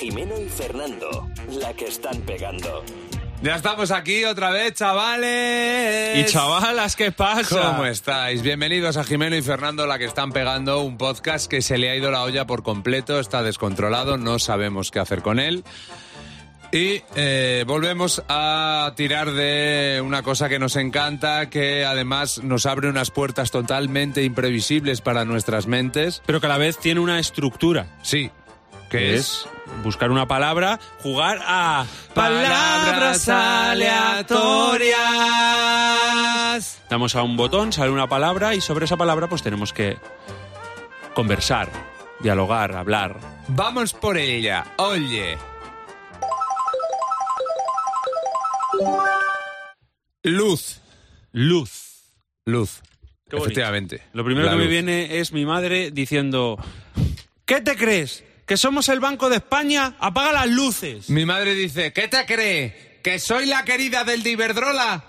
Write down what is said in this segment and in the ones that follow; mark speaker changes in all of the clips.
Speaker 1: Jimeno y Fernando, la que están pegando.
Speaker 2: Ya estamos aquí otra vez, chavales.
Speaker 3: Y chavalas, ¿qué pasa?
Speaker 2: ¿Cómo estáis? Bienvenidos a Jimeno y Fernando, la que están pegando un podcast que se le ha ido la olla por completo, está descontrolado, no sabemos qué hacer con él. Y eh, volvemos a tirar de una cosa que nos encanta, que además nos abre unas puertas totalmente imprevisibles para nuestras mentes.
Speaker 3: Pero que a la vez tiene una estructura,
Speaker 2: Sí,
Speaker 3: que
Speaker 2: que es
Speaker 3: es buscar una palabra, jugar a
Speaker 2: palabras aleatorias.
Speaker 3: Damos a un botón, sale una palabra y sobre esa palabra pues tenemos que conversar, dialogar, hablar.
Speaker 2: Vamos por ella. Oye. Luz.
Speaker 3: Luz.
Speaker 2: Luz.
Speaker 3: Qué bonito.
Speaker 2: Efectivamente.
Speaker 3: Lo primero
Speaker 2: La
Speaker 3: que me
Speaker 2: luz.
Speaker 3: viene es mi madre diciendo, ¿qué te crees? ¿Que somos el Banco de España? Apaga las luces.
Speaker 2: Mi madre dice, ¿qué te cree? ¿Que soy la querida del Diverdrola?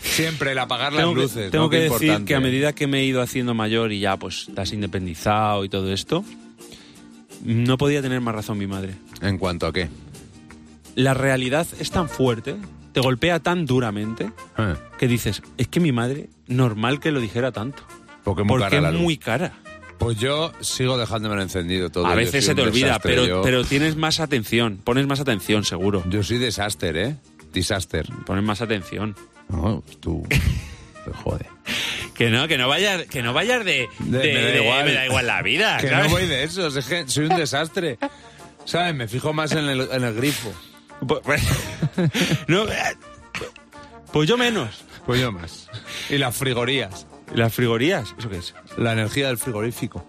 Speaker 2: Siempre el apagar las
Speaker 3: tengo que-
Speaker 2: luces.
Speaker 3: tengo
Speaker 2: ¿no?
Speaker 3: que
Speaker 2: Qué
Speaker 3: decir
Speaker 2: importante.
Speaker 3: que a medida que me he ido haciendo mayor y ya pues te has independizado y todo esto, no podía tener más razón mi madre.
Speaker 2: ¿En cuanto a qué?
Speaker 3: La realidad es tan fuerte, te golpea tan duramente,
Speaker 2: Eh,
Speaker 3: que dices, es que mi madre, normal que lo dijera tanto.
Speaker 2: Porque es muy
Speaker 3: Porque
Speaker 2: cara la
Speaker 3: es
Speaker 2: luz.
Speaker 3: muy cara.
Speaker 2: Pues yo sigo dejándomelo encendido todo.
Speaker 3: a
Speaker 2: Yo
Speaker 3: veces
Speaker 2: soy
Speaker 3: se
Speaker 2: un
Speaker 3: te olvida,
Speaker 2: desastre,
Speaker 3: pero,
Speaker 2: yo-
Speaker 3: pero tienes más atención, pones más atención seguro.
Speaker 2: Yo soy desastre, ¿eh? Disaster.
Speaker 3: Pones más atención.
Speaker 2: No, pues tú... Te jode.
Speaker 3: Que no, que no vayas, que no vayas de,
Speaker 2: De-
Speaker 3: de-
Speaker 2: me da
Speaker 3: de-
Speaker 2: igual.
Speaker 3: me da igual la vida.
Speaker 2: Que no
Speaker 3: Ah, ¿sabes?
Speaker 2: voy de eso, es que soy un desastre. ¿Sabes? Me fijo más en el, en el grifo.
Speaker 3: Pues, No, eh, pues yo menos.
Speaker 2: Pues yo más. Y las frigorías.
Speaker 3: Las frigorías, ¿eso qué es?
Speaker 2: La energía del frigorífico.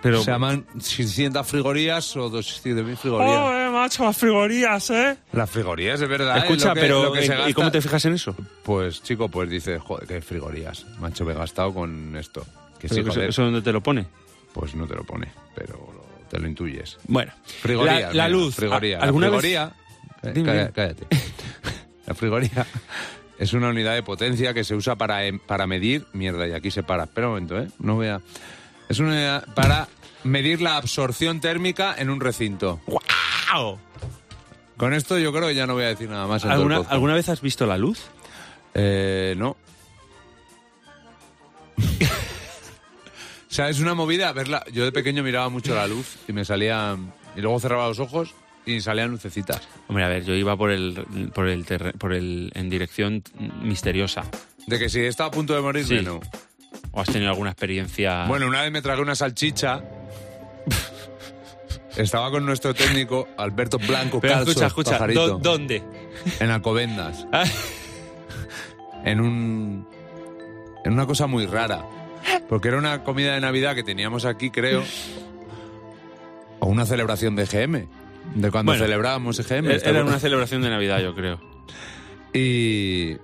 Speaker 3: Pero
Speaker 2: Se llaman 600 frigorías o 200.000 frigorías.
Speaker 3: Oh, eh, macho, las frigorías, ¿eh?
Speaker 2: Las frigorías, es verdad. ¿eh?
Speaker 3: Escucha,
Speaker 2: Lo que-
Speaker 3: pero
Speaker 2: lo que se
Speaker 3: ¿y- ¿y
Speaker 2: gasta-
Speaker 3: cómo te fijas en eso?
Speaker 2: Pues chico, pues dice, joder, qué frigorías. Macho, me he gastado con esto. Que sí,
Speaker 3: Pero eso,
Speaker 2: joder.
Speaker 3: eso dónde te lo pone.
Speaker 2: Pues no te lo pone, pero lo- te lo intuyes.
Speaker 3: Bueno,
Speaker 2: Frigorías.
Speaker 3: la, la
Speaker 2: mira,
Speaker 3: luz.
Speaker 2: Frigoría.
Speaker 3: ¿A- ¿Alguna
Speaker 2: la
Speaker 3: vez- Eh,
Speaker 2: frigoría, Cá-
Speaker 3: Dime,
Speaker 2: cá-
Speaker 3: dime.
Speaker 2: Cállate. La frigoría es una unidad de potencia que se usa para, em- para medir. Mierda, y aquí se para. Espera un momento, ¿eh? No vea. Es una unidad para medir la absorción térmica en un recinto.
Speaker 3: ¡Guau!
Speaker 2: Con esto yo creo que ya no voy a decir nada más. en todo el
Speaker 3: ¿Alguna,
Speaker 2: podcast.
Speaker 3: ¿Alguna vez has visto la luz?
Speaker 2: Eh, no. o sea, es una movida verla. Yo de pequeño miraba mucho la luz y me salía. Y luego cerraba los ojos y salían lucecitas.
Speaker 3: Hombre, a ver, yo iba por el, por el, terre- por el en dirección misteriosa.
Speaker 2: De que si estaba a punto de morirme,
Speaker 3: Sí. Ah.
Speaker 2: no.
Speaker 3: ¿O has tenido alguna experiencia?
Speaker 2: Bueno, una vez me tragué una salchicha. Estaba con nuestro técnico, Alberto Blanco
Speaker 3: pero
Speaker 2: Calzo,
Speaker 3: escucha, escucha,
Speaker 2: pajarito,
Speaker 3: ¿dó- ¿dónde?
Speaker 2: en Alcobendas.
Speaker 3: Ah.
Speaker 2: en un... En una cosa muy rara. Porque era una comida de Navidad que teníamos aquí, creo. O una celebración de GM. De cuando
Speaker 3: Bueno, e-
Speaker 2: celebrábamos EGM. ¿te
Speaker 3: Era una
Speaker 2: acuerdas?
Speaker 3: celebración de Navidad, yo creo.
Speaker 2: Y...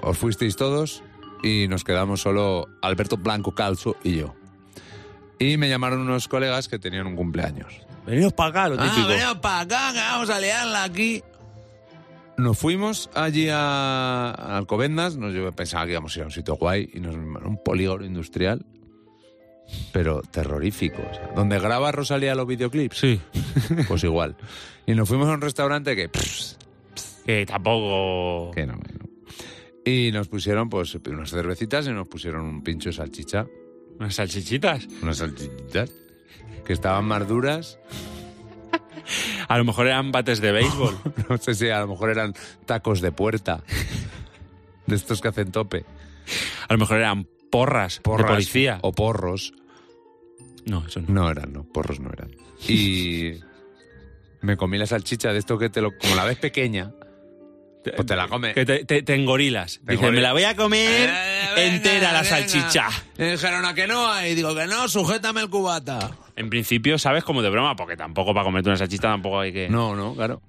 Speaker 2: Os fuisteis todos y nos quedamos solo Alberto Blanco Calzo y yo. Y me llamaron unos colegas que tenían un cumpleaños.
Speaker 3: Venidos para acá, lo típico.
Speaker 2: para acá, que Ah, vamos a liarla aquí. Nos fuimos allí a a Alcobendas, nos, yo pensaba que íbamos a ir a un sitio guay y nos mandaron a un polígono industrial, pero terrorífico, o sea, donde graba Rosalía los videoclips,
Speaker 3: Sí.
Speaker 2: pues igual. Y nos fuimos a un restaurante que... pff,
Speaker 3: Que tampoco.
Speaker 2: que no, que no. Y nos pusieron pues unas cervecitas y nos pusieron un pincho de salchicha,
Speaker 3: Unas salchichitas.
Speaker 2: unas salchichitas que estaban más duras
Speaker 3: A lo mejor eran bates de béisbol.
Speaker 2: No sé si a lo mejor eran tacos de puerta. De estos que hacen tope.
Speaker 3: A lo mejor eran porras,
Speaker 2: Porras
Speaker 3: de policía.
Speaker 2: O porros.
Speaker 3: No, eso no.
Speaker 2: No eran, no. Porros no eran. Y me comí la salchicha de esto que te lo... Como la ves pequeña, pues te la comes.
Speaker 3: Que te, te- Eh, te engorilas.
Speaker 2: Te
Speaker 3: Dices,
Speaker 2: engorilas.
Speaker 3: me la voy a comer entera la salchicha.
Speaker 2: Me dijeron a que no hay. Digo que no, sujétame el cubata.
Speaker 3: En principio, ¿sabes? Como de broma, porque tampoco para comerte una salchicha tampoco hay que...
Speaker 2: No, no, claro.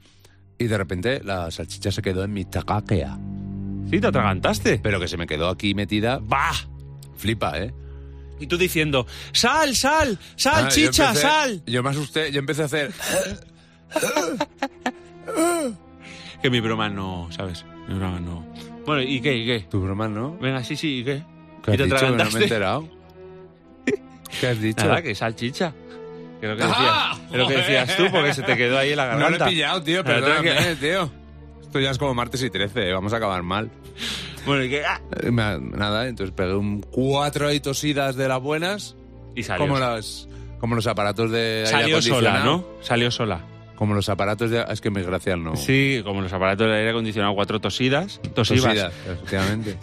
Speaker 2: Y de repente la salchicha se quedó en mi tacaquea.
Speaker 3: Sí, te atragantaste.
Speaker 2: Pero que se me quedó aquí metida.
Speaker 3: ¡Bah!
Speaker 2: Flipa, ¿eh?
Speaker 3: Y tú diciendo, sal, sal, sal,
Speaker 2: Ah, yo
Speaker 3: chicha,
Speaker 2: empecé-
Speaker 3: sal.
Speaker 2: Yo me asusté, yo empecé a hacer...
Speaker 3: Que mi broma no, ¿sabes? Mi broma no. Bueno, ¿y qué? ¿Y qué?
Speaker 2: Tu broma, ¿no?
Speaker 3: Venga, sí, sí, ¿y qué?
Speaker 2: ¿Qué
Speaker 3: y
Speaker 2: has
Speaker 3: te
Speaker 2: dicho? Que No me he
Speaker 3: atragantaste.
Speaker 2: enterado. ¿Qué has dicho?
Speaker 3: Nada, que salchicha. Que es lo que, decías,
Speaker 2: ¡Ah!
Speaker 3: es lo que decías tú, porque se te quedó ahí en
Speaker 2: No
Speaker 3: la
Speaker 2: lo
Speaker 3: garganta.
Speaker 2: he pillado, tío,
Speaker 3: Pero
Speaker 2: perdóname,
Speaker 3: tranqui-
Speaker 2: tío. Esto ya es como martes y 13, vamos a acabar mal.
Speaker 3: Bueno, y, que- ah,
Speaker 2: Eh, me- Nada, entonces pegué un cuatro ahí tosidas de las buenas,
Speaker 3: y salió.
Speaker 2: como las como los aparatos de aire
Speaker 3: salió sola,
Speaker 2: acondicionado.
Speaker 3: ¿no? Salió sola.
Speaker 2: Como los aparatos de es que me gracias no.
Speaker 3: Sí, como los aparatos de aire acondicionado, cuatro tosidas. Tosivas.
Speaker 2: tosidas, efectivamente.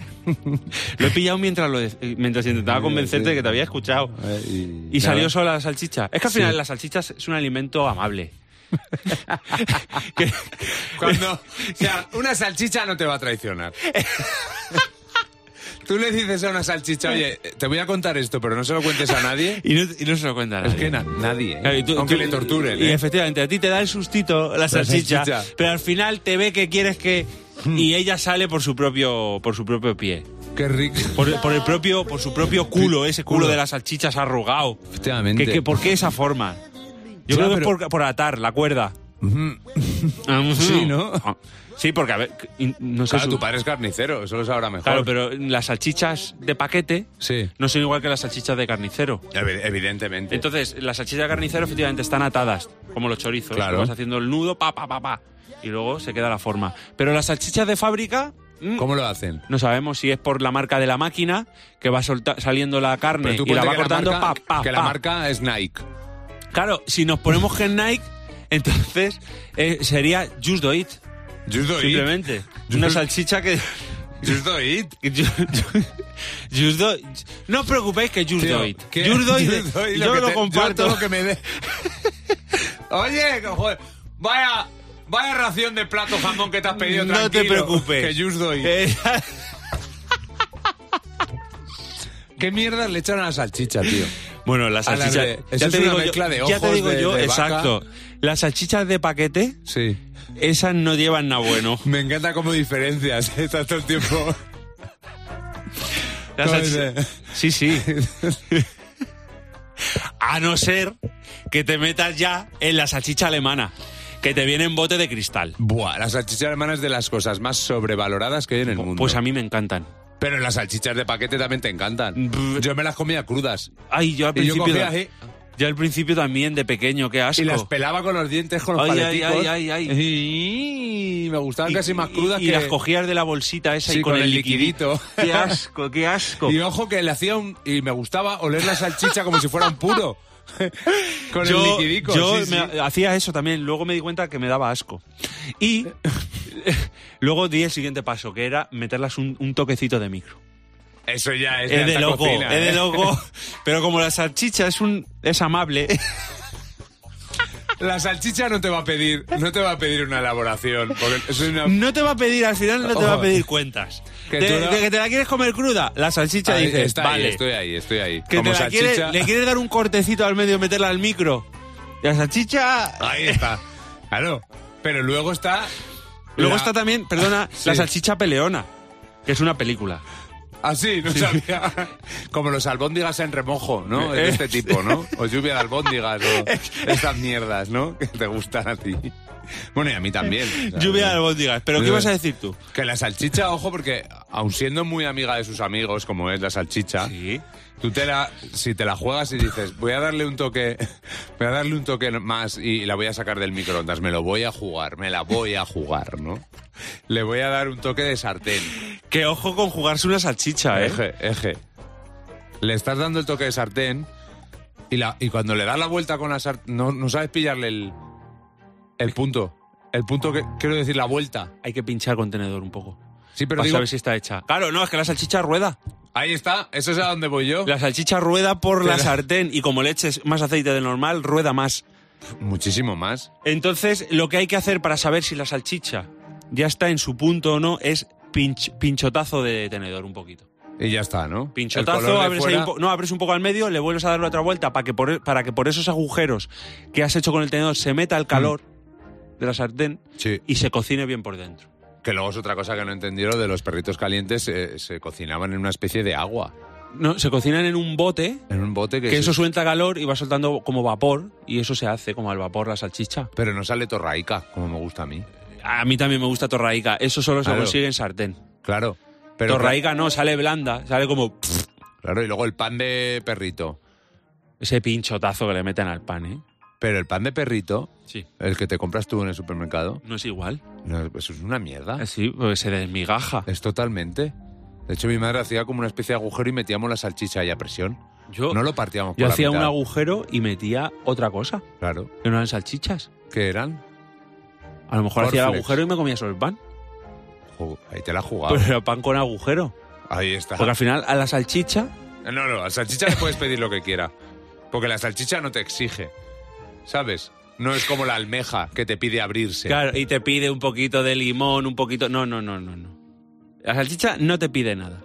Speaker 3: Lo he pillado mientras, lo de- mientras intentaba
Speaker 2: Sí,
Speaker 3: convencerte
Speaker 2: sí.
Speaker 3: de que te había escuchado.
Speaker 2: Eh,
Speaker 3: Y
Speaker 2: nada.
Speaker 3: salió sola la salchicha. Es que al final
Speaker 2: Sí.
Speaker 3: la salchicha es un alimento amable.
Speaker 2: Cuando, o sea, una salchicha no te va a traicionar. Tú le dices a una salchicha, oye, te voy a contar esto, pero no se lo cuentes a nadie.
Speaker 3: Y no, y no se lo cuenta a
Speaker 2: Es
Speaker 3: nadie.
Speaker 2: que na- nadie, ¿eh?
Speaker 3: Claro, y tú-
Speaker 2: aunque
Speaker 3: tú-
Speaker 2: le torturen.
Speaker 3: Y
Speaker 2: ¿eh?
Speaker 3: efectivamente, a ti te da el sustito la salchicha, Hmm.
Speaker 2: salchicha.
Speaker 3: pero al final te ve que quieres que... Y ella sale por su propio, por su propio pie.
Speaker 2: Qué rico.
Speaker 3: Por, por el propio, por su propio culo, ese culo de las salchichas arrugado.
Speaker 2: Efectivamente.
Speaker 3: ¿Qué, qué, por qué esa forma?
Speaker 2: Ya,
Speaker 3: Yo creo que
Speaker 2: pero-
Speaker 3: es por, por atar la cuerda.
Speaker 2: Sí, ¿no?
Speaker 3: Ah, Sí, porque a ver, que- in- no sé
Speaker 2: Claro,
Speaker 3: su-
Speaker 2: tu padre es carnicero, eso lo sabrá mejor.
Speaker 3: Claro, pero las salchichas de paquete
Speaker 2: Sí.
Speaker 3: no son igual que las salchichas de carnicero.
Speaker 2: Evi- Evidentemente.
Speaker 3: Entonces, las salchichas de carnicero efectivamente están atadas, como los chorizos.
Speaker 2: Claro.
Speaker 3: Vas haciendo el nudo, pa, pa, pa, pa. Y luego se queda la forma. Pero las salchichas de fábrica. mm,
Speaker 2: Eh, ¿Cómo lo hacen?
Speaker 3: No sabemos si es por la marca de la máquina, que va solta- saliendo la carne
Speaker 2: Pero tú
Speaker 3: y la
Speaker 2: ponte
Speaker 3: va
Speaker 2: que la
Speaker 3: cortando,
Speaker 2: marca-
Speaker 3: pa, pa,
Speaker 2: que
Speaker 3: pa.
Speaker 2: la marca es Nike.
Speaker 3: Claro, si nos ponemos que es Nike, entonces eh, sería Just Do It,
Speaker 2: Just do it.
Speaker 3: simplemente.
Speaker 2: Just
Speaker 3: Una
Speaker 2: do-
Speaker 3: salchicha que...
Speaker 2: Just do it.
Speaker 3: Just Just do, no os preocupéis que Just
Speaker 2: Tío,
Speaker 3: Do It.
Speaker 2: que-
Speaker 3: Just Do It,
Speaker 2: Just do it,
Speaker 3: yo
Speaker 2: que
Speaker 3: lo
Speaker 2: te-
Speaker 3: comparto.
Speaker 2: yo todo lo que me dé. Oye, que joder, vaya, vaya ración de plato jamón que te has pedido.
Speaker 3: No te
Speaker 2: tranquilo,
Speaker 3: preocupes.
Speaker 2: Que just do it.
Speaker 3: Eh,
Speaker 2: ¿Qué mierda le echan a la salchicha, tío?
Speaker 3: bueno, la
Speaker 2: A la
Speaker 3: salchicha...
Speaker 2: de- eso es una mezcla de
Speaker 3: ya te
Speaker 2: ojos,
Speaker 3: digo
Speaker 2: de-
Speaker 3: yo,
Speaker 2: de vaca.
Speaker 3: exacto. Las salchichas de paquete,
Speaker 2: Sí.
Speaker 3: esas no llevan nada bueno.
Speaker 2: Me encanta como diferencias. Estás todo el tiempo.
Speaker 3: Las
Speaker 2: Todo
Speaker 3: salchi-
Speaker 2: ese-
Speaker 3: Sí, sí. A no ser que te metas ya en la salchicha alemana, que te viene en bote de cristal.
Speaker 2: Buah, las salchichas alemanas es de las cosas más sobrevaloradas que hay en el mundo.
Speaker 3: Pues a mí me encantan.
Speaker 2: Pero las salchichas de paquete también te encantan.
Speaker 3: Brr.
Speaker 2: Yo me las comía crudas.
Speaker 3: Ay, yo al
Speaker 2: Y yo
Speaker 3: principio.
Speaker 2: cogía así.
Speaker 3: yo al principio también, de pequeño, qué asco.
Speaker 2: Y las pelaba con los dientes, con los
Speaker 3: Ay, ay,
Speaker 2: paleticos.
Speaker 3: ay, ay,
Speaker 2: Y me gustaban
Speaker 3: Y-
Speaker 2: casi más
Speaker 3: y-
Speaker 2: crudas
Speaker 3: y,
Speaker 2: que...
Speaker 3: las cogías de la bolsita esa
Speaker 2: Sí,
Speaker 3: y con,
Speaker 2: con el
Speaker 3: liquidito.
Speaker 2: liquidito.
Speaker 3: Qué asco, qué asco.
Speaker 2: Y ojo que le hacía un... Y me gustaba oler la salchicha como si fuera un puro. con el liquidico.
Speaker 3: yo
Speaker 2: sí,
Speaker 3: me-
Speaker 2: sí.
Speaker 3: hacía eso también, luego me di cuenta que me daba asco. Y luego di el siguiente paso, que era meterlas un, un toquecito de micro.
Speaker 2: Eso ya es,
Speaker 3: Es de
Speaker 2: alta
Speaker 3: loco,
Speaker 2: cocina,
Speaker 3: es de
Speaker 2: ¿eh?
Speaker 3: loco. Pero como la salchicha es un es amable,
Speaker 2: La salchicha no te va a pedir, no te va a pedir una elaboración. Porque es una...
Speaker 3: no te va a pedir, al final no te va a
Speaker 2: Ojo.
Speaker 3: pedir cuentas.
Speaker 2: Que
Speaker 3: de,
Speaker 2: tú no-
Speaker 3: de que te la quieres comer cruda, la salchicha
Speaker 2: Ahí
Speaker 3: dices,
Speaker 2: está
Speaker 3: vale.
Speaker 2: ahí, estoy ahí, estoy ahí.
Speaker 3: que
Speaker 2: como
Speaker 3: te la
Speaker 2: salchicha...
Speaker 3: quieres- le quieres dar un cortecito al medio y meterla al micro. La salchicha
Speaker 2: Ahí está. Claro. Pero luego está...
Speaker 3: Luego
Speaker 2: la-
Speaker 3: está también, perdona,
Speaker 2: Sí.
Speaker 3: La Salchicha Peleona, que es una película.
Speaker 2: Así, Ah, no sabía. Como los albóndigas en remojo, ¿no? De
Speaker 3: Eh,
Speaker 2: este tipo, ¿no? O lluvia de albóndigas o estas mierdas, ¿no? Que te gustan a ti. Bueno, y a mí también. O sea,
Speaker 3: Lluvia de albóndigas. ¿Pero qué
Speaker 2: Lluvia-
Speaker 3: ibas a decir tú?
Speaker 2: Que la salchicha, ojo, porque aun siendo muy amiga de sus amigos, como es la salchicha,
Speaker 3: Sí.
Speaker 2: tú te la, si te la juegas y dices, voy a darle un toque, voy a darle un toque más y la voy a sacar del microondas, me lo voy a jugar, me la voy a jugar, ¿no? Le voy a dar un toque de sartén.
Speaker 3: Que ojo con jugarse una salchicha, ¿eh?
Speaker 2: Ah, Eje, eje. Le estás dando el toque de sartén y, la, y cuando le das la vuelta con la sartén, no, no sabes pillarle el, el punto. El punto que quiero decir, la vuelta.
Speaker 3: Hay que pinchar con tenedor un poco.
Speaker 2: Sí, pero
Speaker 3: Para
Speaker 2: digo,
Speaker 3: saber si está hecha. Claro, no, es que la salchicha rueda.
Speaker 2: ahí está, eso es a donde voy yo.
Speaker 3: La salchicha rueda por la
Speaker 2: Pero-
Speaker 3: sartén y como le eches más aceite de normal, rueda más.
Speaker 2: Muchísimo más.
Speaker 3: Entonces, lo que hay que hacer para saber si la salchicha ya está en su punto o no es pinch- pinchotazo de tenedor un poquito.
Speaker 2: Y ya está, ¿no? El color
Speaker 3: Pinchotazo,
Speaker 2: de
Speaker 3: abres, ahí
Speaker 2: fuera-
Speaker 3: un po- no, abres un poco al medio, le vuelves a dar otra vuelta para que, por, e, para que por esos agujeros que has hecho con el tenedor se
Speaker 2: Mm.
Speaker 3: meta el calor de la sartén
Speaker 2: Sí,
Speaker 3: y se cocine bien por dentro.
Speaker 2: que luego es otra cosa que no entendí, lo de los perritos calientes eh, se cocinaban en una especie de agua,
Speaker 3: No, se cocinan en un bote
Speaker 2: en un bote que...
Speaker 3: que
Speaker 2: se-
Speaker 3: eso suelta calor y va soltando como vapor y eso se hace como al vapor la salchicha.
Speaker 2: Pero no sale torraica, como me gusta a mí.
Speaker 3: A mí también me gusta torraica, eso solo se
Speaker 2: Claro.
Speaker 3: consigue en sartén.
Speaker 2: Claro. Pero
Speaker 3: torraica no, sale blanda, sale como
Speaker 2: Claro, y luego el pan de perrito.
Speaker 3: ese pinchotazo que le meten al pan, ¿eh?
Speaker 2: Pero el pan de perrito,
Speaker 3: Sí.
Speaker 2: el que te compras tú en el supermercado,
Speaker 3: No es igual.
Speaker 2: no, eso es una mierda.
Speaker 3: Sí, pues se desmigaja.
Speaker 2: Es totalmente. De hecho, mi madre hacía como una especie de agujero y metíamos la salchicha ahí a presión.
Speaker 3: Yo,
Speaker 2: no lo partíamos por
Speaker 3: yo
Speaker 2: la
Speaker 3: hacía un
Speaker 2: mitad.
Speaker 3: agujero y metía otra cosa,
Speaker 2: Claro.
Speaker 3: que no eran salchichas.
Speaker 2: ¿Qué eran?
Speaker 3: A lo mejor hacía el
Speaker 2: Cornflakes.
Speaker 3: agujero y me comía solo el pan.
Speaker 2: Ju- Ahí te la has jugado.
Speaker 3: Pero era pan con agujero.
Speaker 2: Ahí está.
Speaker 3: Porque al final a la salchicha
Speaker 2: No, no, a la salchicha le puedes pedir lo que quiera. Porque la salchicha no te exige. ¿Sabes? No es como la almeja que te pide abrirse.
Speaker 3: Claro, y te pide un poquito de limón, un poquito. No, no, no, no, no. La salchicha no te pide nada.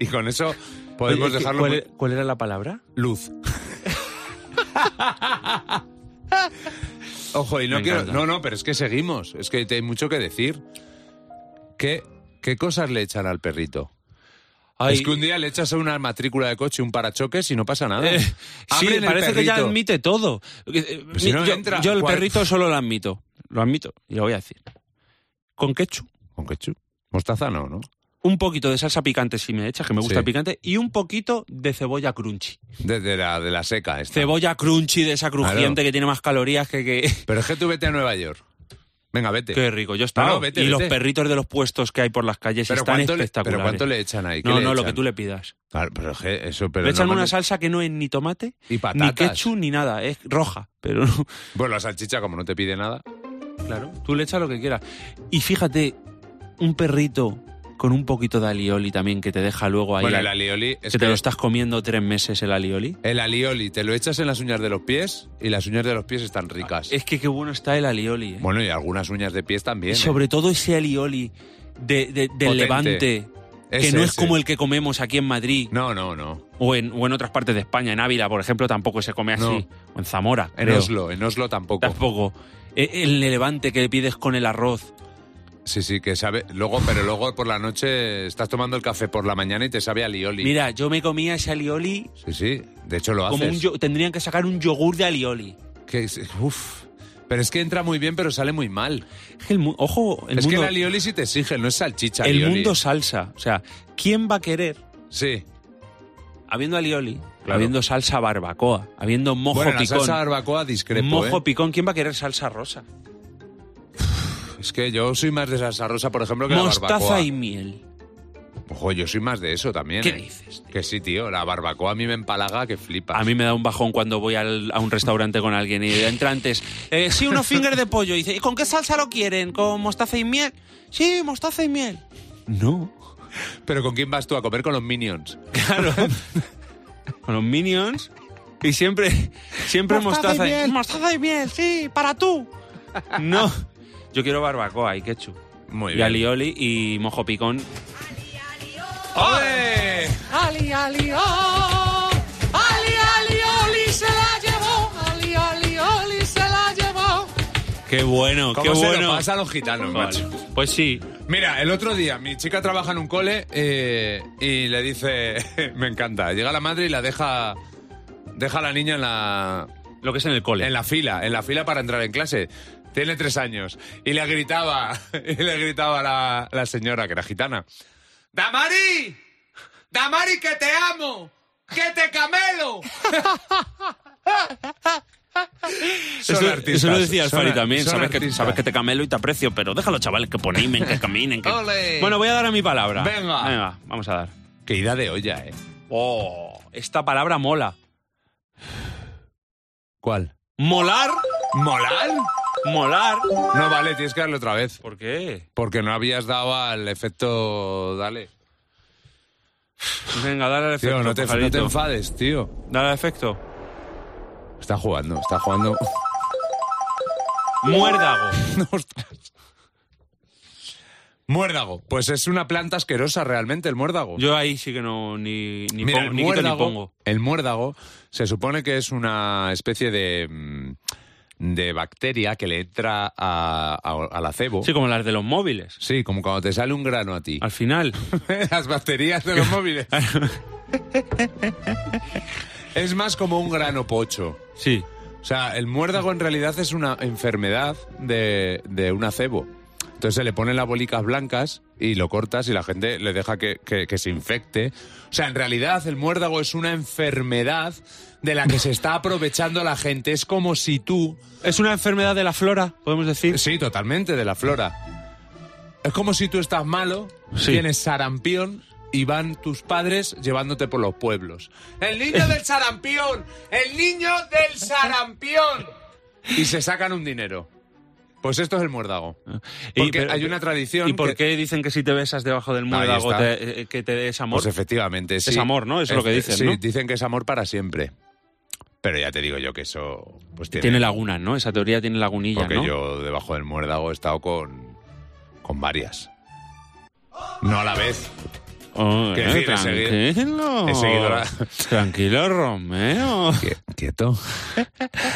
Speaker 2: Y con eso podemos
Speaker 3: Oye, ¿qué-
Speaker 2: dejarlo.
Speaker 3: ¿cuál,
Speaker 2: muy-
Speaker 3: e- cuál era la palabra?
Speaker 2: Luz. Ojo, y no
Speaker 3: Me
Speaker 2: quiero.
Speaker 3: encanta.
Speaker 2: No, no, pero es que seguimos. Es que te- hay mucho que decir. ¿Qué, qué cosas le echan al perrito?
Speaker 3: Ay,
Speaker 2: Es que un día le echas una matrícula de coche y un parachoques y no pasa nada.
Speaker 3: eh, sí,
Speaker 2: Abren el
Speaker 3: parece que ya
Speaker 2: perrito.
Speaker 3: admite todo. Eh, eh,
Speaker 2: Pues si no
Speaker 3: yo,
Speaker 2: entra,
Speaker 3: yo el
Speaker 2: ¿cuál?
Speaker 3: perrito solo lo admito. Lo admito, y lo voy a decir. Con ketchup.
Speaker 2: Con ketchup. Mostaza no, ¿no?
Speaker 3: Un poquito de salsa picante si me echas, que me gusta
Speaker 2: Sí.
Speaker 3: el picante. Y un poquito de cebolla crunchy.
Speaker 2: De, de la, de la seca. esta.
Speaker 3: Cebolla crunchy de esa crujiente
Speaker 2: Claro.
Speaker 3: que tiene más calorías que... que...
Speaker 2: Pero es que tú vete a Nueva York. Venga, vete.
Speaker 3: Qué rico, yo
Speaker 2: No,
Speaker 3: estaba.
Speaker 2: no, vete,
Speaker 3: y los
Speaker 2: vete.
Speaker 3: perritos de los puestos que hay por las calles
Speaker 2: pero,
Speaker 3: están
Speaker 2: cuánto le, pero
Speaker 3: espectaculares.
Speaker 2: cuánto le echan ahí? ¿Qué
Speaker 3: no,
Speaker 2: le
Speaker 3: no, lo
Speaker 2: echan?
Speaker 3: que tú le pidas.
Speaker 2: Claro, pero es que eso, pero
Speaker 3: le echan una
Speaker 2: normalmente-
Speaker 3: salsa que no es ni tomate,
Speaker 2: Y
Speaker 3: ni
Speaker 2: patatas.
Speaker 3: ketchup, ni nada. Es roja, pero no.
Speaker 2: Bueno, la salchicha, como no te pide nada.
Speaker 3: Claro. Tú le echas lo que quieras. Y fíjate, un perrito con un poquito de alioli también que te deja luego ahí.
Speaker 2: Bueno,
Speaker 3: al-
Speaker 2: el alioli.
Speaker 3: que
Speaker 2: Es
Speaker 3: te
Speaker 2: que
Speaker 3: lo estás comiendo tres meses el alioli.
Speaker 2: El alioli, te lo echas en las uñas de los pies y las uñas de los pies están ricas.
Speaker 3: Ah, Es que qué bueno está el alioli. ¿eh?
Speaker 2: Bueno, y algunas uñas de pies también.
Speaker 3: Y
Speaker 2: ¿eh?
Speaker 3: sobre todo ese alioli de, de- del
Speaker 2: Potente.
Speaker 3: levante, que
Speaker 2: Ese,
Speaker 3: no es
Speaker 2: ese.
Speaker 3: como el que comemos aquí en Madrid
Speaker 2: No, no, no.
Speaker 3: o, en, o en otras partes de España. En Ávila, por ejemplo, tampoco se come así.
Speaker 2: No.
Speaker 3: O en Zamora.
Speaker 2: En
Speaker 3: creo.
Speaker 2: Oslo, en Oslo tampoco.
Speaker 3: Tampoco. E- El levante que pides con el arroz.
Speaker 2: Sí, sí, que sabe. Luego, pero luego por la noche estás tomando el café por la mañana y te sabe a alioli.
Speaker 3: Mira, yo me comía ese alioli
Speaker 2: Sí, sí. De hecho, lo
Speaker 3: como
Speaker 2: haces.
Speaker 3: un yo- tendrían que sacar un yogur de alioli.
Speaker 2: Que es- uf. Pero es que entra muy bien, pero sale muy mal.
Speaker 3: Es que el mu- ojo, el
Speaker 2: es que
Speaker 3: mundo,
Speaker 2: el alioli sí te exige, no es salchicha.
Speaker 3: el
Speaker 2: alioli.
Speaker 3: mundo salsa. O sea, ¿quién va a querer,
Speaker 2: Sí.
Speaker 3: habiendo alioli,
Speaker 2: Claro.
Speaker 3: habiendo salsa barbacoa, habiendo mojo
Speaker 2: bueno, la
Speaker 3: picón,
Speaker 2: salsa barbacoa discrepo.
Speaker 3: mojo
Speaker 2: ¿eh?
Speaker 3: picón, ¿quién va a querer salsa rosa?
Speaker 2: Es que yo soy más de salsa rosa, por ejemplo, que la barbacoa.
Speaker 3: Mostaza y miel.
Speaker 2: Ojo, yo soy más de eso también.
Speaker 3: ¿Qué
Speaker 2: ¿eh?
Speaker 3: dices? tío?
Speaker 2: Que sí, tío. La barbacoa a mí me empalaga que flipas.
Speaker 3: A mí me da un bajón cuando voy al- a un restaurante con alguien y entran antes. eh, sí, unos fingers de pollo. Y dice, ¿y con qué salsa lo quieren? ¿Con mostaza y miel? Sí, mostaza y miel. No.
Speaker 2: Pero ¿con quién vas tú a comer con los minions?
Speaker 3: Claro. Con los minions. Y siempre, siempre mostaza, y miel. Mostaza y miel, sí, para tú. No. Yo quiero barbacoa y ketchup.
Speaker 2: Muy
Speaker 3: Y alioli y mojo picón.
Speaker 2: ¡Ole!
Speaker 4: Ali, ali, oh. Ali, ali, oli se la llevó. Ali, ali, oli se la llevó.
Speaker 3: Qué bueno,
Speaker 2: ¿Cómo
Speaker 3: qué
Speaker 2: se
Speaker 3: bueno.
Speaker 2: lo pasa a los gitanos,
Speaker 3: Vale.
Speaker 2: macho?
Speaker 3: Pues sí.
Speaker 2: Mira, el otro día mi chica trabaja en un cole eh, y le dice, me encanta, llega la madre y la deja, deja a la niña en la,
Speaker 3: Lo que es en el cole.
Speaker 2: en la fila, en la fila para entrar en clase. Tiene tres años y le gritaba, y le gritaba la, la señora que era gitana. Damari, Damari que te amo, que te camelo. Son
Speaker 3: Eso,
Speaker 2: artistas,
Speaker 3: eso lo decía
Speaker 2: son
Speaker 3: Alfari
Speaker 2: ar-
Speaker 3: también.
Speaker 2: son
Speaker 3: Sabes que,
Speaker 2: artistas.
Speaker 3: sabes que te camelo y te aprecio, pero déjalo, chavales, que ponimen, que caminen. que-
Speaker 2: Ole.
Speaker 3: Bueno, voy a dar a mi palabra.
Speaker 2: Venga.
Speaker 3: vamos a dar.
Speaker 2: Qué ida de olla, ¿eh?
Speaker 3: Oh, esta palabra mola.
Speaker 2: ¿Cuál?
Speaker 3: Molar,
Speaker 2: ¿Molar?
Speaker 3: molar.
Speaker 2: No vale, tienes que darle otra vez.
Speaker 3: ¿Por qué?
Speaker 2: Porque no habías dado al efecto... Dale.
Speaker 3: Venga, dale al
Speaker 2: Tío,
Speaker 3: efecto.
Speaker 2: no, te, no te
Speaker 3: pajarito.
Speaker 2: enfades, tío.
Speaker 3: Dale al efecto.
Speaker 2: Está jugando, está jugando.
Speaker 3: Muérdago.
Speaker 2: Ostras. Muérdago. Pues es una planta asquerosa realmente el muérdago.
Speaker 3: Yo ahí sí que no ni, ni,
Speaker 2: Mira,
Speaker 3: pongo,
Speaker 2: el,
Speaker 3: ni quito ni
Speaker 2: muérdago,
Speaker 3: pongo.
Speaker 2: el muérdago se supone que es una especie de, mm, de bacteria que le entra a, a- al acebo.
Speaker 3: Sí, como las de los móviles.
Speaker 2: Sí, como cuando te sale un grano a ti.
Speaker 3: Al final.
Speaker 2: Las bacterias de los móviles. es más como un grano pocho.
Speaker 3: Sí.
Speaker 2: O sea, el muérdago en realidad es una enfermedad de, de un acebo. Entonces se le ponen las bolicas blancas y lo cortas y la gente le deja que, que- que se infecte. O sea, en realidad el muérdago es una enfermedad de la que se está aprovechando la gente. Es como si tú...
Speaker 3: Es una enfermedad de la flora, podemos decir.
Speaker 2: Sí, totalmente, de la flora. Es como si tú estás malo,
Speaker 3: Sí.
Speaker 2: tienes sarampión y van tus padres llevándote por los pueblos. ¡El niño del sarampión! ¡El niño del sarampión! Y se sacan un dinero. Pues esto es el muérdago.
Speaker 3: Y-
Speaker 2: Porque
Speaker 3: pero-
Speaker 2: hay una tradición
Speaker 3: ¿Y por
Speaker 2: que-
Speaker 3: qué dicen que si te besas debajo del muérdago
Speaker 2: está.
Speaker 3: te- eh, que te des amor?
Speaker 2: Pues efectivamente, sí.
Speaker 3: amor, ¿no? Eso es lo que
Speaker 2: Efe-
Speaker 3: dicen,
Speaker 2: sí,
Speaker 3: ¿no?
Speaker 2: dicen que es amor para siempre. Pero ya te digo yo que eso... Pues tiene,
Speaker 3: tiene lagunas, ¿no? Esa teoría tiene lagunilla,
Speaker 2: Porque
Speaker 3: ¿no?
Speaker 2: yo debajo del muérdago he estado con, con varias. No a la vez.
Speaker 3: Oh,
Speaker 2: Que
Speaker 3: eh,
Speaker 2: decir, he seguido-
Speaker 3: tranquilo.
Speaker 2: he seguido la-
Speaker 3: Tranquilo, Romeo.
Speaker 2: Quieto.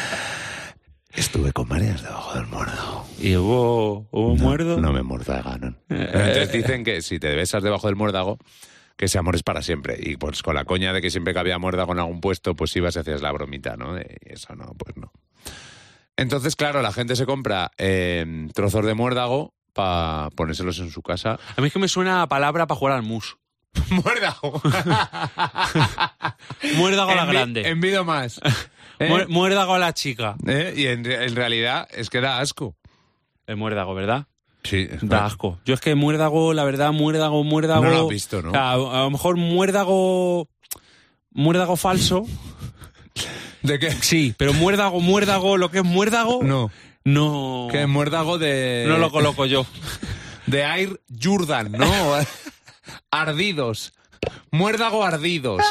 Speaker 2: Estuve con varias debajo del muérdago.
Speaker 3: ¿Y hubo, hubo muerdo?
Speaker 2: me mordagaron. Eh, Entonces dicen que si te besas debajo del muérdago, que ese amor es para siempre. Y pues con la coña de que siempre que había muérdago en algún puesto, pues ibas y hacías la bromita, ¿no? De, eso no, pues no. Entonces, claro, la gente se compra eh, trozos de muérdago para ponérselos en su casa.
Speaker 3: A mí es que me suena a palabra para jugar al mus.
Speaker 2: ¡Muérdago!
Speaker 3: Muérdago a la
Speaker 2: Envi-
Speaker 3: grande.
Speaker 2: Envido más. ¿Eh?
Speaker 3: Muer- Muérdago a la chica.
Speaker 2: ¿Eh? Y en, en realidad es que da asco.
Speaker 3: El muérdago, ¿verdad?
Speaker 2: Sí.
Speaker 3: Da asco. Yo es que muérdago, la verdad, muérdago, muérdago.
Speaker 2: No lo has visto, ¿no?
Speaker 3: O sea, a, a lo mejor muérdago. Muérdago falso.
Speaker 2: ¿De qué?
Speaker 3: Sí, pero muérdago, muérdago, lo que es muérdago.
Speaker 2: No.
Speaker 3: No.
Speaker 2: Que es eh. muérdago de.
Speaker 3: no lo coloco yo.
Speaker 2: De Air Jordan, ¿no? ardidos. Muérdago ardidos.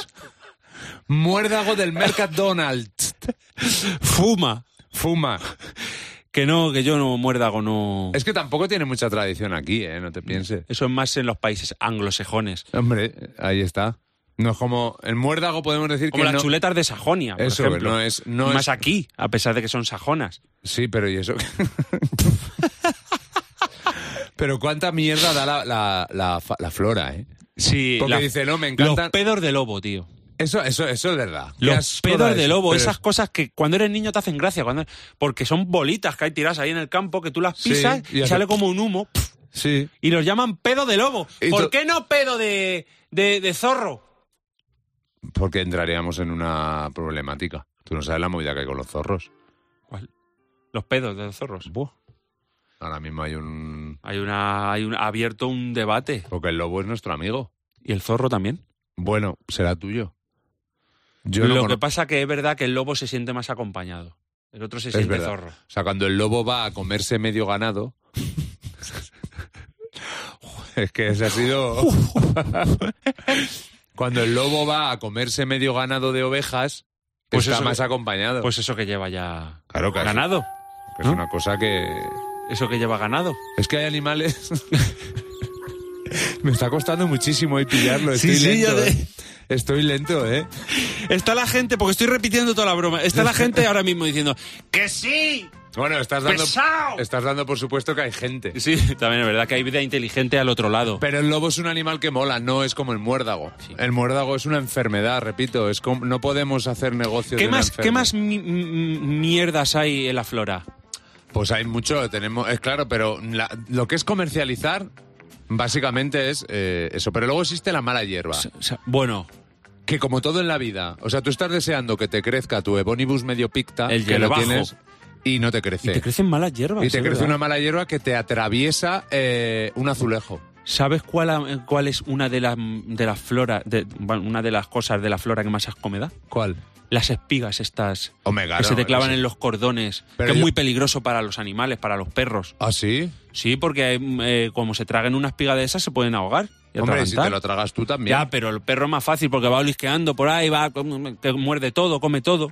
Speaker 2: Muérdago del Mercadonald.
Speaker 3: Fuma.
Speaker 2: Fuma.
Speaker 3: Que no, que yo no, muérdago no.
Speaker 2: Es que tampoco tiene mucha tradición aquí, ¿eh? No te pienses.
Speaker 3: Eso es más en los países anglosajones.
Speaker 2: Hombre, ahí está. No es como. El muérdago podemos decir
Speaker 3: Como
Speaker 2: que.
Speaker 3: las
Speaker 2: no-
Speaker 3: chuletas de Sajonia, por
Speaker 2: Eso,
Speaker 3: ejemplo.
Speaker 2: no es- no
Speaker 3: más
Speaker 2: es-
Speaker 3: aquí, a pesar de que son sajonas.
Speaker 2: Sí, pero ¿y eso? pero cuánta mierda da la, la- la fa- la flora, ¿eh?
Speaker 3: Sí,
Speaker 2: Porque dice, no, me encantan-
Speaker 3: Los pedos de lobo, tío.
Speaker 2: Eso, eso, eso es verdad. Qué
Speaker 3: Los
Speaker 2: asco
Speaker 3: pedos
Speaker 2: da
Speaker 3: de
Speaker 2: eso.
Speaker 3: lobo,
Speaker 2: Pero
Speaker 3: esas cosas que cuando eres niño te hacen gracia, cuando porque son bolitas que hay tiradas ahí en el campo que tú las
Speaker 2: Sí,
Speaker 3: pisas
Speaker 2: y
Speaker 3: y,
Speaker 2: hace-
Speaker 3: sale como un humo pf,
Speaker 2: Sí.
Speaker 3: y los llaman pedo de lobo.
Speaker 2: Y to-
Speaker 3: ¿Por qué no pedo de, de, de zorro?
Speaker 2: Porque entraríamos en una problemática. Tú no sabes la movida que hay con los zorros.
Speaker 3: Los pedos de los zorros.
Speaker 2: Ahora mismo hay un...
Speaker 3: Hay una hay un, ha abierto un debate
Speaker 2: Porque el lobo es nuestro amigo.
Speaker 3: y el zorro también.
Speaker 2: Bueno, será tuyo. Yo no
Speaker 3: lo que
Speaker 2: conozco-
Speaker 3: pasa que es verdad que el lobo se siente más acompañado. El otro se
Speaker 2: Es
Speaker 3: siente
Speaker 2: verdad.
Speaker 3: zorro.
Speaker 2: O sea, cuando el lobo va a comerse medio ganado... es que ese ha sido... cuando el lobo va a comerse medio ganado de ovejas,
Speaker 3: Pues
Speaker 2: está
Speaker 3: eso-
Speaker 2: más acompañado.
Speaker 3: Pues eso que lleva ya
Speaker 2: Claro que es-
Speaker 3: ganado.
Speaker 2: que es
Speaker 3: ¿no?
Speaker 2: una cosa que...
Speaker 3: Eso que lleva ganado.
Speaker 2: Es que hay animales... Me está costando muchísimo hoy pillarlo. Estoy
Speaker 3: Sí, sí,
Speaker 2: lento,
Speaker 3: ya te-
Speaker 2: ¿eh? Estoy lento, ¿eh?
Speaker 3: Está la gente, porque estoy repitiendo toda la broma, está la gente ahora mismo diciendo ¡Que sí!
Speaker 2: Bueno, estás dando,
Speaker 3: ¡Pesao!
Speaker 2: estás dando por supuesto que hay gente.
Speaker 3: Sí, también es verdad que hay vida inteligente al otro lado.
Speaker 2: Pero el lobo es un animal que mola, no es como el muérdago. El muérdago es una enfermedad, repito, es como- no podemos hacer negocios
Speaker 3: ¿Qué
Speaker 2: de una
Speaker 3: más, ¿qué
Speaker 2: enfermedad.
Speaker 3: más mi- mi- mierdas hay en la flora?
Speaker 2: Pues hay mucho, tenemos, es claro, pero la- lo que es comercializar básicamente es eh, eso. Pero luego existe la mala hierba,
Speaker 3: O sea, bueno,
Speaker 2: que como todo en la vida, o sea, tú estás deseando que te crezca tu ebonibus medio picta,
Speaker 3: El
Speaker 2: que lo
Speaker 3: hierbajo.
Speaker 2: tienes, y no te
Speaker 3: y
Speaker 2: crece.
Speaker 3: te crecen malas hierbas.
Speaker 2: Y te
Speaker 3: es
Speaker 2: crece
Speaker 3: verdad.
Speaker 2: una mala hierba que te atraviesa eh, un azulejo.
Speaker 3: ¿Sabes cuál, ha- cuál es una de las de las flora, de- bueno, una de las cosas de la flora que más asco me da?
Speaker 2: ¿Cuál?
Speaker 3: Las espigas estas
Speaker 2: Omega.
Speaker 3: que se te clavan en los cordones,
Speaker 2: Pero
Speaker 3: que
Speaker 2: yo-
Speaker 3: es muy peligroso para los animales, para los perros.
Speaker 2: ¿Ah, sí?
Speaker 3: Sí, porque eh, como se tragan una espiga de esas se pueden ahogar. y
Speaker 2: Hombre, si
Speaker 3: atragantar.
Speaker 2: te lo tragas tú también.
Speaker 3: Ya, pero el perro es más fácil porque va olisqueando por ahí, va, te muerde todo, come todo.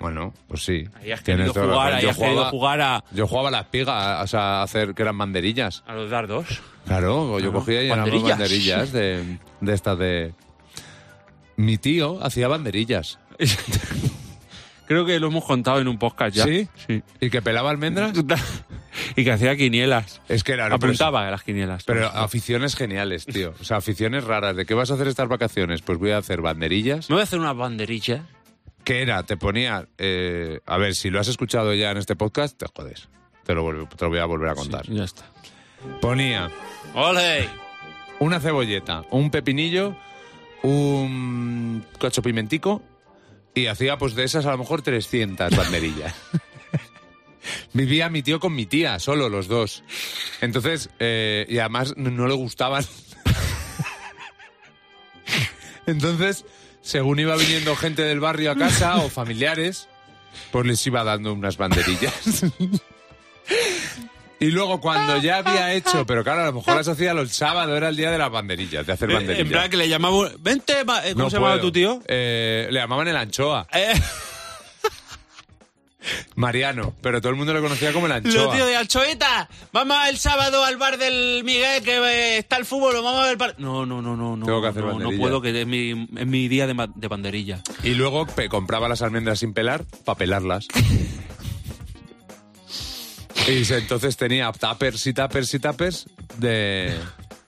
Speaker 2: Bueno, pues sí.
Speaker 3: Ahí has
Speaker 2: Tienes
Speaker 3: querido
Speaker 2: toda la
Speaker 3: jugar,
Speaker 2: razón.
Speaker 3: ahí
Speaker 2: Yo
Speaker 3: has querido
Speaker 2: jugaba-
Speaker 3: jugar a,
Speaker 2: Yo jugaba a las pigas, o sea, a hacer que eran banderillas.
Speaker 3: a los dardos.
Speaker 2: Claro, yo
Speaker 3: Ah,
Speaker 2: cogía y llenaba
Speaker 3: banderillas.
Speaker 2: banderillas de, de estas de... Mi tío hacía banderillas.
Speaker 3: Creo que lo hemos contado en un podcast ya.
Speaker 2: ¿Sí?
Speaker 3: Sí.
Speaker 2: ¿Y que pelaba almendras?
Speaker 3: y que hacía quinielas.
Speaker 2: Es que era... no, pero-
Speaker 3: Apuntaba a las quinielas.
Speaker 2: Pero aficiones geniales, tío. O sea, aficiones raras. ¿De qué vas a hacer estas vacaciones? Pues voy a hacer banderillas.
Speaker 3: Me voy a hacer una banderilla.
Speaker 2: ¿Qué era? Te ponía. eh, a ver, si lo has escuchado ya en este podcast, te jodes. Te lo, vuelvo- te lo voy a volver a contar.
Speaker 3: Sí, ya está.
Speaker 2: Ponía
Speaker 3: ¡Ole!
Speaker 2: una cebolleta, un pepinillo, un cacho pimentico y hacía pues de esas a lo mejor 300 banderillas. Vivía mi tío con mi tía, solo los dos. Entonces, eh, y además n- no le gustaban. Entonces, según iba viniendo gente del barrio a casa o familiares, pues les iba dando unas banderillas. Y luego cuando ya había hecho, pero claro, a lo mejor las hacía los sábados, era el día de las banderillas, de hacer banderillas.
Speaker 3: En plan que le llamaba... Vente, ma- eh, ¿cómo
Speaker 2: No
Speaker 3: se llamaba
Speaker 2: puedo.
Speaker 3: tu tío?
Speaker 2: Eh, le llamaban el anchoa.
Speaker 3: Eh,
Speaker 2: Mariano, pero todo el mundo lo conocía como el
Speaker 3: los
Speaker 2: anchoa.
Speaker 3: tíos de Alchoeta. Vamos el sábado al bar del Miguel que eh, está el fútbol, lo vamos a ver el par- No, no, no, no, no.
Speaker 2: Tengo que hacer
Speaker 3: no, no
Speaker 2: banderilla.
Speaker 3: puedo, que es mi, es mi día de, ma- de banderilla.
Speaker 2: Y luego pe- compraba las almendras sin pelar para pelarlas. y se- entonces tenía tapers y tapers y tapers de,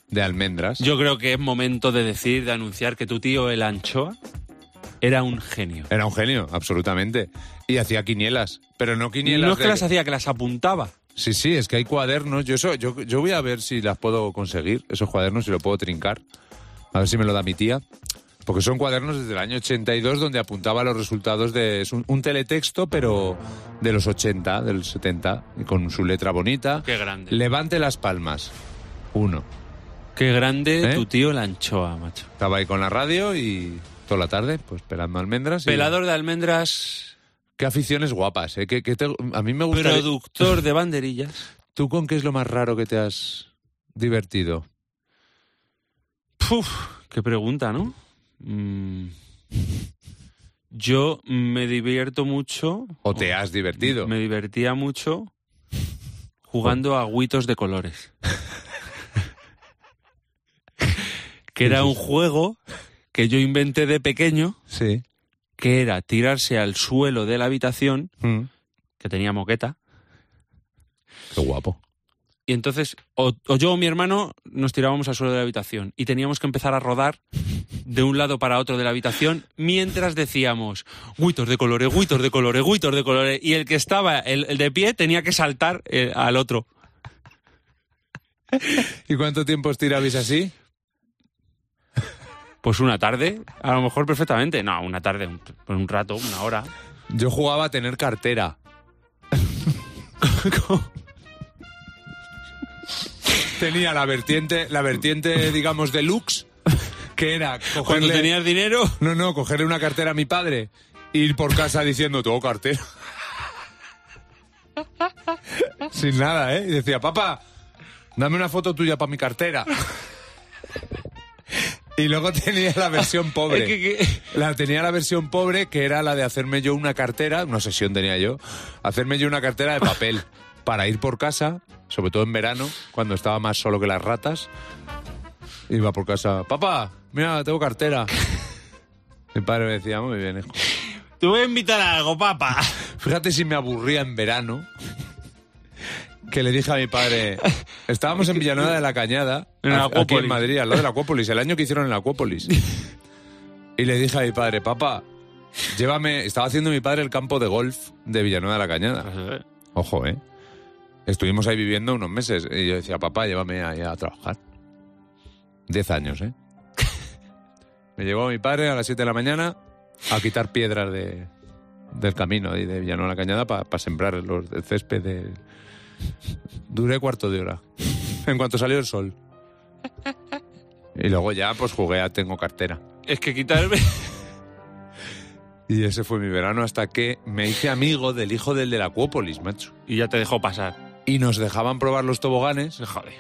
Speaker 2: de almendras.
Speaker 3: Yo creo que es momento de decir, de anunciar que tu tío el Anchoa era un genio.
Speaker 2: Era un genio, absolutamente. Y hacía quinielas, pero no quinielas
Speaker 3: no es que
Speaker 2: de-
Speaker 3: las hacía, que las apuntaba.
Speaker 2: Sí, sí, es que hay cuadernos. Yo, eso, yo, yo voy a ver si las puedo conseguir, esos cuadernos, si lo puedo trincar. A ver si me lo da mi tía. Porque son cuadernos desde el año 82 donde apuntaba los resultados de... Es un, un teletexto, pero de los 80, del 70, y con su letra bonita.
Speaker 3: Qué grande.
Speaker 2: Levante las palmas. Uno.
Speaker 3: Qué grande
Speaker 2: ¿Eh?
Speaker 3: tu tío el Anchoa, macho.
Speaker 2: Estaba ahí con la radio y toda la tarde, pues pelando almendras. y-
Speaker 3: Pelador de almendras,
Speaker 2: Qué aficiones guapas, ¿eh? Que, que te- a mí me gusta...
Speaker 3: productor de banderillas.
Speaker 2: ¿Tú con qué es lo más raro que te has divertido?
Speaker 3: Puf, qué pregunta, ¿no? Mm. Yo me divierto mucho.
Speaker 2: ¿O te has divertido?
Speaker 3: Oh, Me divertía mucho jugando a agüitos de colores. que era un juego que yo inventé de pequeño,
Speaker 2: Sí.
Speaker 3: que era tirarse al suelo de la habitación,
Speaker 2: Mm.
Speaker 3: que tenía moqueta,
Speaker 2: Qué guapo.
Speaker 3: y entonces o, o yo o mi hermano nos tirábamos al suelo de la habitación y teníamos que empezar a rodar de un lado para otro de la habitación mientras decíamos guitos de colores, guitos de colores, guitos de colores y el que estaba, el, el de pie, tenía que saltar eh, al otro.
Speaker 2: ¿Y cuánto tiempo os tirabais así?
Speaker 3: Pues una tarde, a lo mejor perfectamente. No, una tarde, un, pues un rato, una hora.
Speaker 2: Yo jugaba a tener cartera. Tenía la vertiente, la vertiente, digamos, deluxe, que era
Speaker 3: Cuando
Speaker 2: cogerle...
Speaker 3: tenías dinero,
Speaker 2: No, no, cogerle una cartera a mi padre, ir por casa diciendo, tengo cartera. Sin nada, ¿eh? Y decía, papá, dame una foto tuya para mi cartera. Y luego tenía la versión pobre.
Speaker 3: es que- que-
Speaker 2: La tenía la versión pobre, que era la de hacerme yo una cartera, una sesión tenía yo, hacerme yo una cartera de papel para ir por casa, sobre todo en verano, cuando estaba más solo que las ratas. Iba por casa, papá, mira, tengo cartera. Mi padre me decía, muy bien, hijo.
Speaker 3: te voy a invitar a algo, papá.
Speaker 2: Fíjate si me aburría en verano, que le dije a mi padre, estábamos en Villanueva de la Cañada,
Speaker 3: En la
Speaker 2: a- aquí en
Speaker 3: Acuópolis.
Speaker 2: Madrid, al lado de la Acuópolis, el año que hicieron en la Acuópolis. Y le dije a mi padre, papá, llévame, estaba haciendo mi padre el campo de golf de Villanueva de la Cañada. Ojo, ¿eh? Estuvimos ahí viviendo unos meses y yo decía, papá, llévame ahí a trabajar. Diez años, ¿eh? Me llevó mi padre a las siete de la mañana a quitar piedras de, del camino ahí de Villanueva de la Cañada para sembrar los, el césped. de- Duré cuarto de hora, en cuanto salió el sol. Y luego ya pues jugué a Tengo Cartera.
Speaker 3: Es que quitarme...
Speaker 2: Y ese fue mi verano hasta que me hice amigo del hijo del de la Acuópolis, macho.
Speaker 3: Y ya te dejó pasar.
Speaker 2: Y nos dejaban probar los toboganes
Speaker 3: Joder.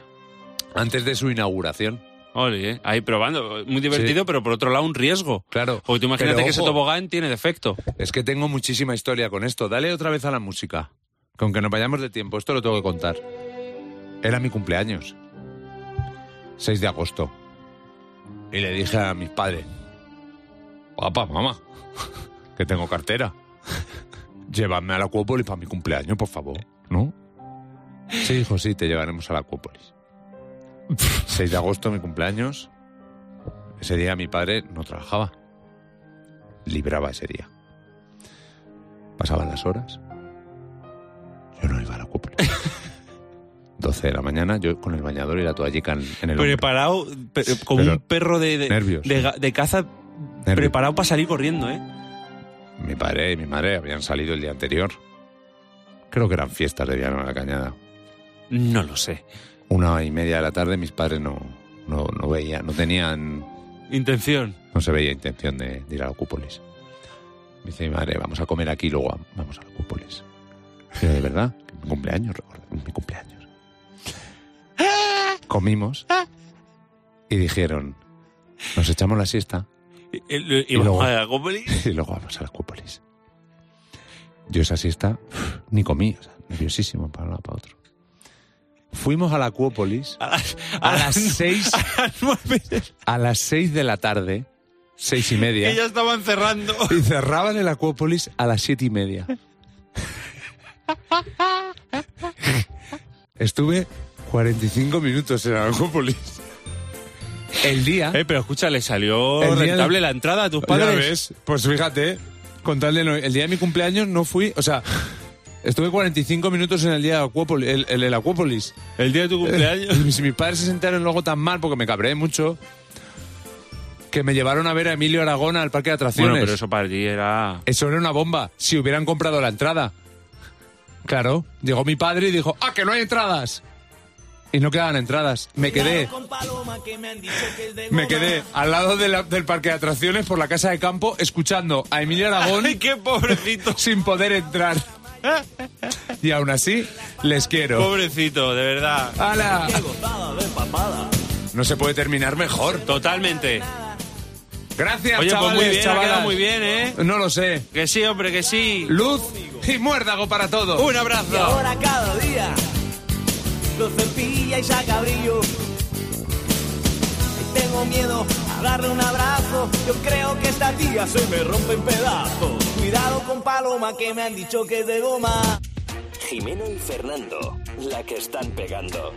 Speaker 2: antes de su inauguración.
Speaker 3: Ole, ¿eh? ahí probando. Muy divertido, pero por otro lado un riesgo.
Speaker 2: Claro.
Speaker 3: Porque tú imagínate
Speaker 2: Pero,
Speaker 3: que ese
Speaker 2: ojo,
Speaker 3: tobogán tiene defecto.
Speaker 2: Es que tengo muchísima historia con esto. Dale otra vez a la música. Con que nos vayamos de tiempo, esto lo tengo que contar. Era mi cumpleaños. 6 de agosto. Y le dije a mis padres, papá, mamá, que tengo cartera. Llévame a la Acuópolis para mi cumpleaños, por favor. ¿No? Sí, hijo, sí, te llevaremos a la Acuópolis. 6 de agosto, mi cumpleaños. Ese día mi padre no trabajaba. Libraba ese día. Pasaban las horas. Yo no iba a la cúpula. 12 de la mañana, yo con el bañador y la toallica en, en el hombro.
Speaker 3: Preparado pe- como
Speaker 2: Pero-
Speaker 3: un perro de, de,
Speaker 2: Nervios.
Speaker 3: de ga- de caza,
Speaker 2: Nervios.
Speaker 3: preparado para salir corriendo, ¿eh?
Speaker 2: Mi padre y mi madre habían salido el día anterior. Creo que eran fiestas de Viano de la Cañada.
Speaker 3: No lo sé.
Speaker 2: Una y media de la tarde mis padres no, no, no veían, no tenían,
Speaker 3: Intención.
Speaker 2: no se veía intención de, de ir a la cúpolis. Me dice mi madre, vamos a comer aquí y luego vamos a la cúpolis. Pero de verdad, que mi cumpleaños, recuerda, mi cumpleaños. Comimos y dijeron, nos echamos la siesta
Speaker 3: Y, y- y
Speaker 2: Y luego-
Speaker 3: vamos a la company.
Speaker 2: y luego vamos a la cúpolis. Yo esa siesta uf, ni comí, o sea, nerviosísimo para un lado para otro. Fuimos a la Acuópolis
Speaker 3: A las,
Speaker 2: a las seis,
Speaker 3: a las nueve,
Speaker 2: a las seis de la tarde, seis y
Speaker 3: que ya
Speaker 2: media,
Speaker 3: estaban cerrando.
Speaker 2: y cerraban el Acuópolis a las siete y media. Estuve 45 minutos en la Acuópolis. El día...
Speaker 3: Eh, pero escucha, le salió
Speaker 2: El día
Speaker 3: rentable
Speaker 2: de-
Speaker 3: la entrada a tus
Speaker 2: ¿Ya
Speaker 3: padres.
Speaker 2: ves? Pues fíjate, con tal de no- el día de mi cumpleaños no fui, o sea, estuve 45 minutos en el día de Acuópolis, el, el, el Acuópolis.
Speaker 3: El día de tu
Speaker 2: Eh,
Speaker 3: cumpleaños.
Speaker 2: Y si mis padres se sentaron luego tan mal porque me cabré mucho que me llevaron a ver a Emilio Aragón al parque de atracciones.
Speaker 3: bueno, pero eso para ti era.
Speaker 2: Eso era una bomba, si hubieran comprado la entrada. Claro, llegó mi padre y dijo, "Ah, que no hay entradas." Y no quedaban entradas. Me quedé me quedé al lado de la- del parque de atracciones por la casa de campo escuchando a Emilio Aragón
Speaker 3: ¡Ay, qué pobrecito!
Speaker 2: sin poder entrar. Y aún así, les quiero.
Speaker 3: Pobrecito, de verdad.
Speaker 2: ¡Hala! No se puede terminar mejor.
Speaker 3: Totalmente.
Speaker 2: Gracias,
Speaker 3: Oye, pues
Speaker 2: chavales,
Speaker 3: muy bien, ha
Speaker 2: chavalas.
Speaker 3: quedado muy bien, ¿eh?
Speaker 2: No lo sé.
Speaker 3: Que sí, hombre, que sí.
Speaker 2: Luz y muérdago para todos.
Speaker 3: Un abrazo.
Speaker 5: Ahora cada día lo cepilla y saca brillo. Y tengo miedo a darle un abrazo. Yo creo que esta tía se me rompe en pedazos. Cuidado con paloma que me han dicho que es de goma.
Speaker 1: Jimeno y Fernando, la que están pegando.